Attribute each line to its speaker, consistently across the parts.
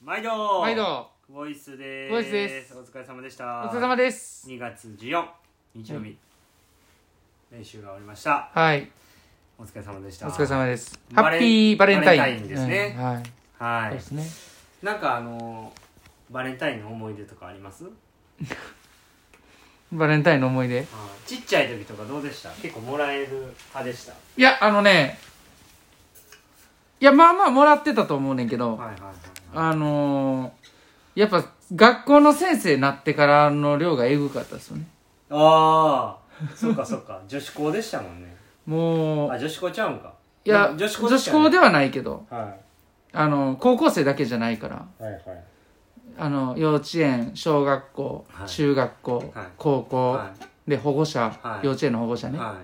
Speaker 1: 毎度
Speaker 2: 毎度
Speaker 1: ボイスです
Speaker 2: ボイスです
Speaker 1: お疲れ様でした
Speaker 2: お疲れ様です
Speaker 1: 2月14日曜日、練習が終わりました
Speaker 2: はい
Speaker 1: お疲れ様でし
Speaker 2: お
Speaker 1: た
Speaker 2: 疲れ様ですハ
Speaker 1: バレン
Speaker 2: ッピーバレンタイン
Speaker 1: バレンタインですね
Speaker 2: うんはい
Speaker 1: は
Speaker 2: そうで
Speaker 1: い
Speaker 2: すね
Speaker 1: なんかあのーバレンタインの思い出とかあります
Speaker 2: バレンタインの思い出
Speaker 1: あーちっちゃい時とかどうでした結構もらえる派でした
Speaker 2: いやあのねいやまあまあもらってたと思うねんけ
Speaker 1: は
Speaker 2: ど
Speaker 1: いはいはいはい
Speaker 2: あのーやっぱ学校の先生になってからの量がえぐかったですよね
Speaker 1: ああそっかそっ か女子校でしたもんね
Speaker 2: もう
Speaker 1: あ女子校ちゃうんか
Speaker 2: いや
Speaker 1: 女子校
Speaker 2: 女
Speaker 1: し
Speaker 2: 子
Speaker 1: たよ
Speaker 2: 校
Speaker 1: ね
Speaker 2: ではないけど
Speaker 1: は
Speaker 2: あの高校生だけじゃないから
Speaker 1: いはいはい
Speaker 2: あの幼稚園小学校、
Speaker 1: はい
Speaker 2: 中学校、
Speaker 1: はい
Speaker 2: 高校、
Speaker 1: は
Speaker 2: で保護者、
Speaker 1: はい
Speaker 2: 幼稚園の保護者
Speaker 1: い
Speaker 2: ね、
Speaker 1: は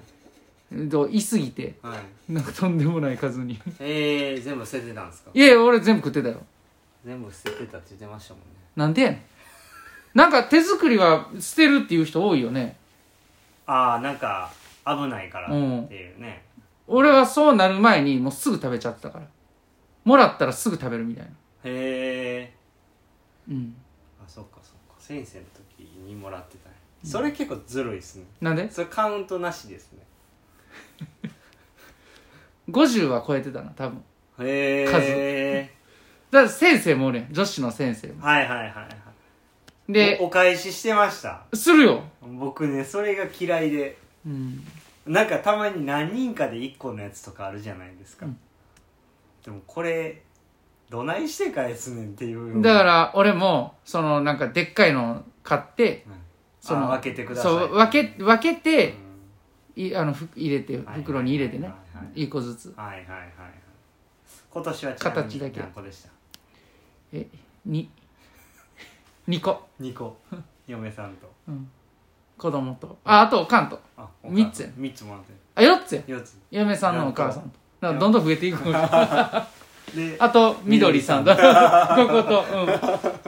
Speaker 2: どいすぎて
Speaker 1: いはい
Speaker 2: なんかとんでもない数に
Speaker 1: えー、全部捨ててたんですか
Speaker 2: いやいや俺全部食ってたよ
Speaker 1: 全部捨ててたって言ってましたもんね
Speaker 2: なんでやねんなんか手作りは捨てるっていう人多いよね
Speaker 1: ああなんか危ないからっていうね、
Speaker 2: 俺はそうなる前にもうすぐ食べちゃってたからもらったらすぐ食べるみたいな
Speaker 1: へえ
Speaker 2: うん
Speaker 1: あそっかそっか先生の時にもらってたねそれ結構ずるいですね
Speaker 2: なんで
Speaker 1: それカウントなしですね
Speaker 2: 50は超えてたな多分
Speaker 1: へえ
Speaker 2: だから先生もおるやん女子の先生も
Speaker 1: はいはいはいはい
Speaker 2: で
Speaker 1: おお返ししてました
Speaker 2: するよ
Speaker 1: 僕ねそれが嫌いで
Speaker 2: うん
Speaker 1: なんかたまに何人かで1個のやつとかあるじゃないですか、
Speaker 2: うん
Speaker 1: でもこれどないして返すねんっていうような
Speaker 2: だから俺もそのなんかでっかいの買って
Speaker 1: うん
Speaker 2: そ
Speaker 1: あ
Speaker 2: の
Speaker 1: 分けてください
Speaker 2: そう分け分け
Speaker 1: う
Speaker 2: て
Speaker 1: ん
Speaker 2: いあのふ入れて
Speaker 1: はい
Speaker 2: 袋に入れてね
Speaker 1: はいはい
Speaker 2: 一個ずつ
Speaker 1: はいはいはいはい今年はちなみ
Speaker 2: 形だ
Speaker 1: に
Speaker 2: け
Speaker 1: 何個でした
Speaker 2: えに2個、
Speaker 1: 2個 嫁さんと
Speaker 2: うん、子供とああとおかんと
Speaker 1: あ
Speaker 2: 三つや
Speaker 1: 3つもらって
Speaker 2: あ4つや
Speaker 1: る4つ
Speaker 2: 嫁さんのお母さんとだからどんどん増えていく
Speaker 1: で
Speaker 2: あとみどりさん だここと、うん、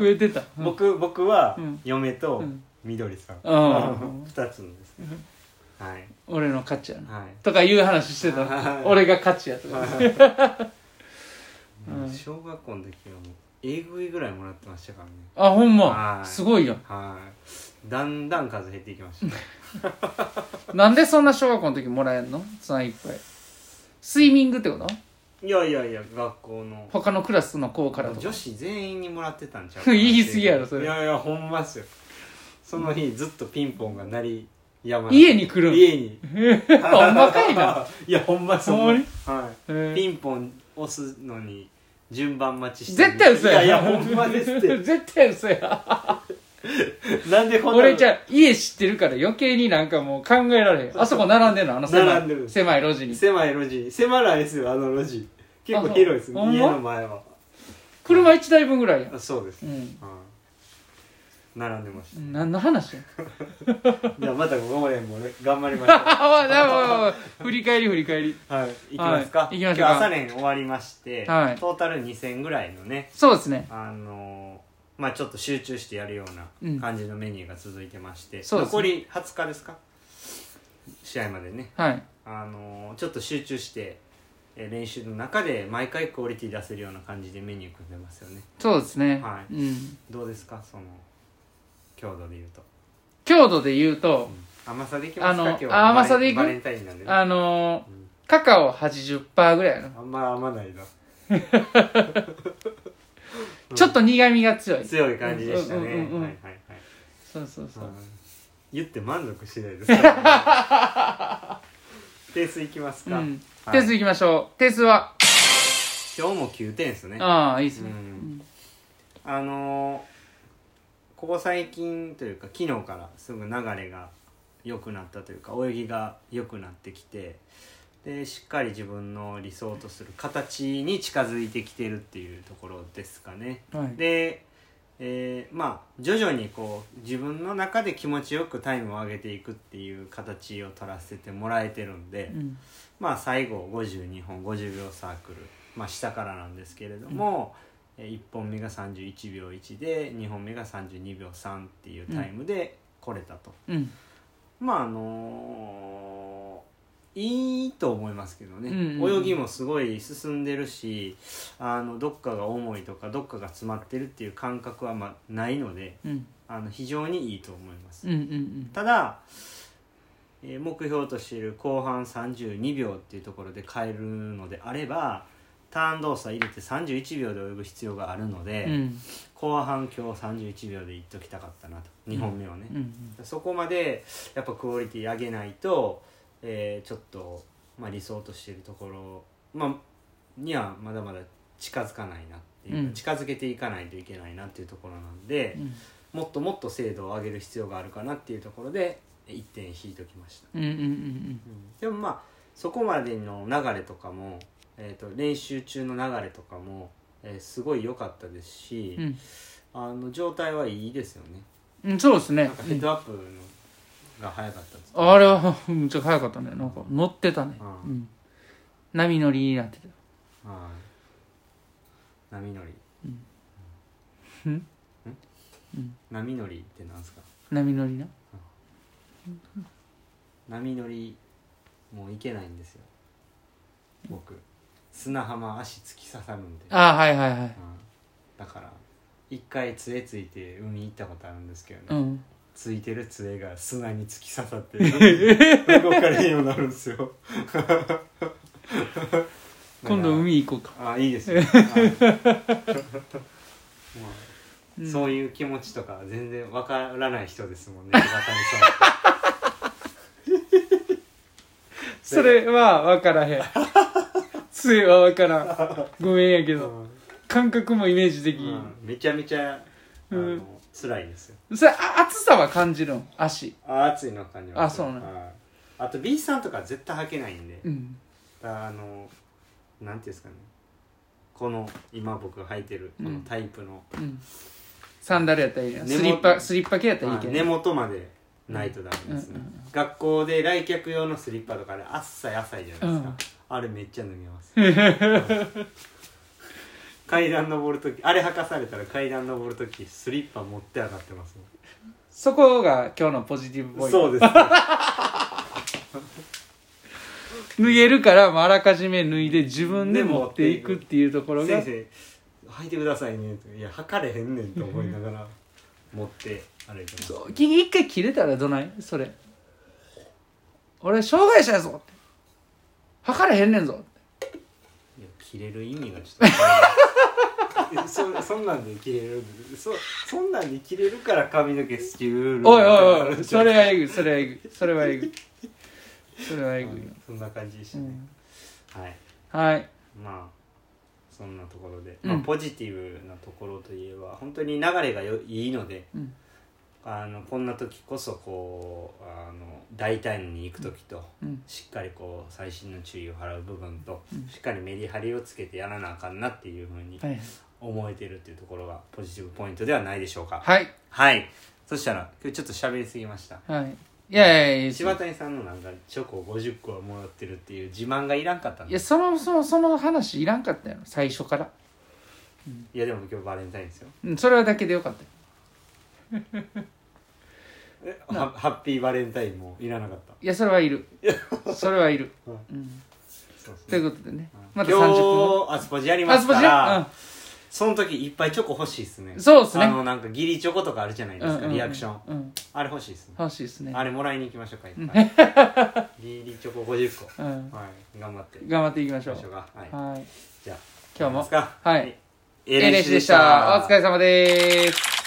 Speaker 2: 増えてた、うん
Speaker 1: 僕僕は
Speaker 2: うん
Speaker 1: 嫁と
Speaker 2: うん
Speaker 1: みどりさん
Speaker 2: うん
Speaker 1: 2つのですねはい
Speaker 2: 俺の価値やな
Speaker 1: は
Speaker 2: とかいう話してた
Speaker 1: はい
Speaker 2: 俺が価値やとかう
Speaker 1: い
Speaker 2: ん
Speaker 1: 小学校の時はもうえぐいぐらいもらってましたからね
Speaker 2: あほん
Speaker 1: は
Speaker 2: ま
Speaker 1: い
Speaker 2: すごいよ
Speaker 1: はいだんだん数減っていきました
Speaker 2: なんでそんな小学校の時もらえんのそんないっぱいスイミングってこと
Speaker 1: いやいやいや学校の
Speaker 2: 他のクラスの子からとか
Speaker 1: 女子全員にもらってたんちゃうかな
Speaker 2: 言い過ぎやろそれ
Speaker 1: いやいやほんまっすよその日ずっとピンポンが鳴りやまない
Speaker 2: 家に来るん
Speaker 1: 家に
Speaker 2: ほんまか いな
Speaker 1: いやほんまっすよ
Speaker 2: ほんまに
Speaker 1: は
Speaker 2: へ
Speaker 1: い
Speaker 2: ー
Speaker 1: ピンポン押すのに順番待ちして
Speaker 2: 絶対嘘や
Speaker 1: いやいやほんまですって
Speaker 2: 絶対嘘や
Speaker 1: なんでこんな
Speaker 2: 俺じゃあ家知ってるから余計になんかもう考えられへんあそこ並んでるのあの狭
Speaker 1: 並んでる
Speaker 2: い狭い路地に
Speaker 1: 狭い路地狭ないですよあの路地結構
Speaker 2: あそう
Speaker 1: 広いです家
Speaker 2: ほんま
Speaker 1: の前は
Speaker 2: 車1台分ぐらいやん
Speaker 1: あそうです、
Speaker 2: うん
Speaker 1: はい並んでま し
Speaker 2: 何の話や
Speaker 1: たじゃあまたここまでも俺頑張りましょう
Speaker 2: あわだわわ振り返り振り返り
Speaker 1: はい、行きますか、
Speaker 2: はい行きましょう
Speaker 1: 今日
Speaker 2: か
Speaker 1: 朝練終わりまして、
Speaker 2: はい
Speaker 1: トータル2000ぐらいのね
Speaker 2: そうですね
Speaker 1: あのーまあちょっと集中してやるよう
Speaker 2: うん
Speaker 1: な感じのメニューが続いてまして、
Speaker 2: そうですね
Speaker 1: 残り20日ですか試合までね、
Speaker 2: はい
Speaker 1: あのーちょっと集中してえー練習の中で毎回クオリティ出せるような感じでメニュー組んでますよね
Speaker 2: そうですね、
Speaker 1: はい
Speaker 2: うん、
Speaker 1: どうですかその強度で言うと、
Speaker 2: 強度で言うと
Speaker 1: うん甘さでいきますか
Speaker 2: あの
Speaker 1: 今日は
Speaker 2: あ甘さでいく
Speaker 1: バレンバレンタインなんでね、
Speaker 2: あのー
Speaker 1: うん
Speaker 2: カカオ80%ぐらいやな、
Speaker 1: あんま甘ないなうん
Speaker 2: ちょっと苦みが強いそう
Speaker 1: 強い感じでしたね、
Speaker 2: うんうんうんうん
Speaker 1: はいはいはい
Speaker 2: そうそう
Speaker 1: うん言って満足し ないです点数いきます
Speaker 2: う
Speaker 1: か、
Speaker 2: ん
Speaker 1: はい
Speaker 2: 点数いきましょう点数は
Speaker 1: 今日も9点ですねあ
Speaker 2: ああいいですね
Speaker 1: うん
Speaker 2: うん
Speaker 1: のーここ最近というか昨日からすぐ流れが良くなったというか泳ぎが良くなってきてでしっかり自分の理想とする形に近づいてきてるっていうところですかね
Speaker 2: はい
Speaker 1: で、えーまあ徐々にこう自分の中で気持ちよくタイムを上げていくっていう形を取らせてもらえてるんで、
Speaker 2: うん
Speaker 1: まあ最後52本50秒サークル、まあ、下からなんですけれども、え1本目が31秒1で2本目が32秒3っていうタイムで来れたと、
Speaker 2: うん
Speaker 1: まああのいいと思いますけどね、
Speaker 2: うんうんうん
Speaker 1: 泳ぎもすごい進んでるしあのどっかが重いとかどっかが詰まってるっていう感覚はまあないので
Speaker 2: うん
Speaker 1: あの非常にいいと思います、
Speaker 2: うんうん
Speaker 1: ただ、えー目標としている後半32秒っていうところで変えるのであればターン動作入れて31秒で泳ぐ必要があるので、
Speaker 2: うんうん
Speaker 1: 後半今日31秒でいっときたかったなと2本目をね、
Speaker 2: うん
Speaker 1: そこまでやっぱクオリティ上げないと、えーちょっと、まあ、理想としているところ、まあ、にはまだまだ近づかないなっていうか、
Speaker 2: うん
Speaker 1: 近づけていかないといけないなっていうところなんで、もっともっと精度を上げる必要があるかなっていうところで1点引いときました、
Speaker 2: うんうんうん
Speaker 1: でもまあそこまでの流れとかも、えー、と練習中の流れとかも、えーすごい良かったですし、
Speaker 2: うん
Speaker 1: あの状態はいいですよね
Speaker 2: うんうんそうですね
Speaker 1: なんかヘッドアップのが早かったですね
Speaker 2: あれはめっちゃ早かったねなんか乗ってたね、
Speaker 1: う
Speaker 2: うん波乗りになってた
Speaker 1: はい。波乗り。
Speaker 2: うん
Speaker 1: うんん
Speaker 2: うん
Speaker 1: 波乗りってなんですか。
Speaker 2: 波乗りな
Speaker 1: 波乗り。もう行けないんですよ。僕。砂浜足突き刺さるんで。うん
Speaker 2: ああはいはいはい
Speaker 1: だから。一回杖ついて海行ったことあるんですけどね、
Speaker 2: うん
Speaker 1: ついてる杖が砂に突き刺さって 動かれへんようになるんですよ
Speaker 2: 今度海行こうか
Speaker 1: あいい ですよ、はいもう
Speaker 2: うん
Speaker 1: そういう気持ちとか全然わからない人です もんね岩谷さんって
Speaker 2: それは分からへん杖は分からんごめんやけど感覚もイメージでき
Speaker 1: うん
Speaker 2: ん、
Speaker 1: めちゃめちゃあの、
Speaker 2: うん
Speaker 1: 辛いですよ
Speaker 2: それあ暑さは感じるん足
Speaker 1: あ暑いの感じ
Speaker 2: あそうなん
Speaker 1: はいあと B さんとか絶対履けないんで、
Speaker 2: うん
Speaker 1: だからあのなんていうんですかねこの今僕が履いてるこのタイプの、
Speaker 2: うんサンダルやったらいいやん
Speaker 1: 根
Speaker 2: ス
Speaker 1: 元
Speaker 2: リッパスリッパ系やったらいい
Speaker 1: まあ
Speaker 2: けど、
Speaker 1: 根元までないとダメですね、
Speaker 2: うんうん
Speaker 1: 学校で来客用のスリッパとかであっさいあっさいじゃないですか、あれめっちゃ脱げます、 うん階段登る時あれ履かされたら階段登る時スリッパ持って上がってますも
Speaker 2: そこが今日のポジティブポイ
Speaker 1: ん
Speaker 2: ント
Speaker 1: そう です、ね、
Speaker 2: 脱げるからもうあらかじめ脱いで自分で持っていくっていうところが
Speaker 1: 先生履いてくださいねといや履かれへんねんと思いながら持って歩いてます
Speaker 2: そうき一回切れたらどないそれ俺障害者やぞって測れへんねんぞって
Speaker 1: いや切れる意味がちょっとわからないえ そそんなんで切れるそそんなんで切れるから髪の毛スチュール
Speaker 2: おいお いおいそれはえぐいそれはえぐいそれはえぐいそれはえぐいよ、
Speaker 1: そんな感じでし
Speaker 2: う
Speaker 1: たね、
Speaker 2: ん、
Speaker 1: はい
Speaker 2: はい
Speaker 1: まあそんなところで、
Speaker 2: うん
Speaker 1: まあ、ポジティブなところといえば本当に流れがよいいので
Speaker 2: うん
Speaker 1: あのこんな時こそこうあの大胆に行く時と、
Speaker 2: うん
Speaker 1: しっかりこう細心の注意を払う部分と、
Speaker 2: うん
Speaker 1: しっかりメリハリをつけてやらなあかんなっていうふうに
Speaker 2: はい
Speaker 1: 思えてるっていうところがポジティブポイントではないでしょうか
Speaker 2: はい
Speaker 1: はいそしたら今日ちょっと喋りすぎました
Speaker 2: はいいやいやいや
Speaker 1: 柴谷さんのなんかチョコ50個はもらってるっていう自慢がいらんかったん
Speaker 2: い
Speaker 1: で
Speaker 2: や
Speaker 1: す
Speaker 2: そのそのその話いらんかったよ最初から、
Speaker 1: いやでも今日バレンタインですよ
Speaker 2: うん、それはだけでよかったよ
Speaker 1: えハハッピーバレンタインもいらなかった
Speaker 2: いやそれはいるそれはいる、
Speaker 1: うん
Speaker 2: うん、
Speaker 1: そうです
Speaker 2: とい
Speaker 1: ね
Speaker 2: うことでねま
Speaker 1: 今
Speaker 2: た30分後
Speaker 1: 日アスポジやりま
Speaker 2: あ
Speaker 1: す
Speaker 2: そこ
Speaker 1: か
Speaker 2: じゃん
Speaker 1: らその時いっぱいチョコ欲しいですね
Speaker 2: そうっすね
Speaker 1: あのなんか義理チョコとかあるじゃないですかリアクション
Speaker 2: うんうん、
Speaker 1: あれ欲しいですね
Speaker 2: 欲しいですね
Speaker 1: あれもらいに行きましょう かいっぱい義理チョコ50個
Speaker 2: うん
Speaker 1: はい頑張って
Speaker 2: 頑張っていきましょ
Speaker 1: 行
Speaker 2: う
Speaker 1: きましょうかはい
Speaker 2: はい
Speaker 1: じゃあ
Speaker 2: 今日も
Speaker 1: いきますか
Speaker 2: はい
Speaker 1: はい
Speaker 2: A
Speaker 1: エ
Speaker 2: 練
Speaker 1: レ
Speaker 2: 習
Speaker 1: シ
Speaker 2: で
Speaker 1: で
Speaker 2: し
Speaker 1: したた
Speaker 2: お疲れ様です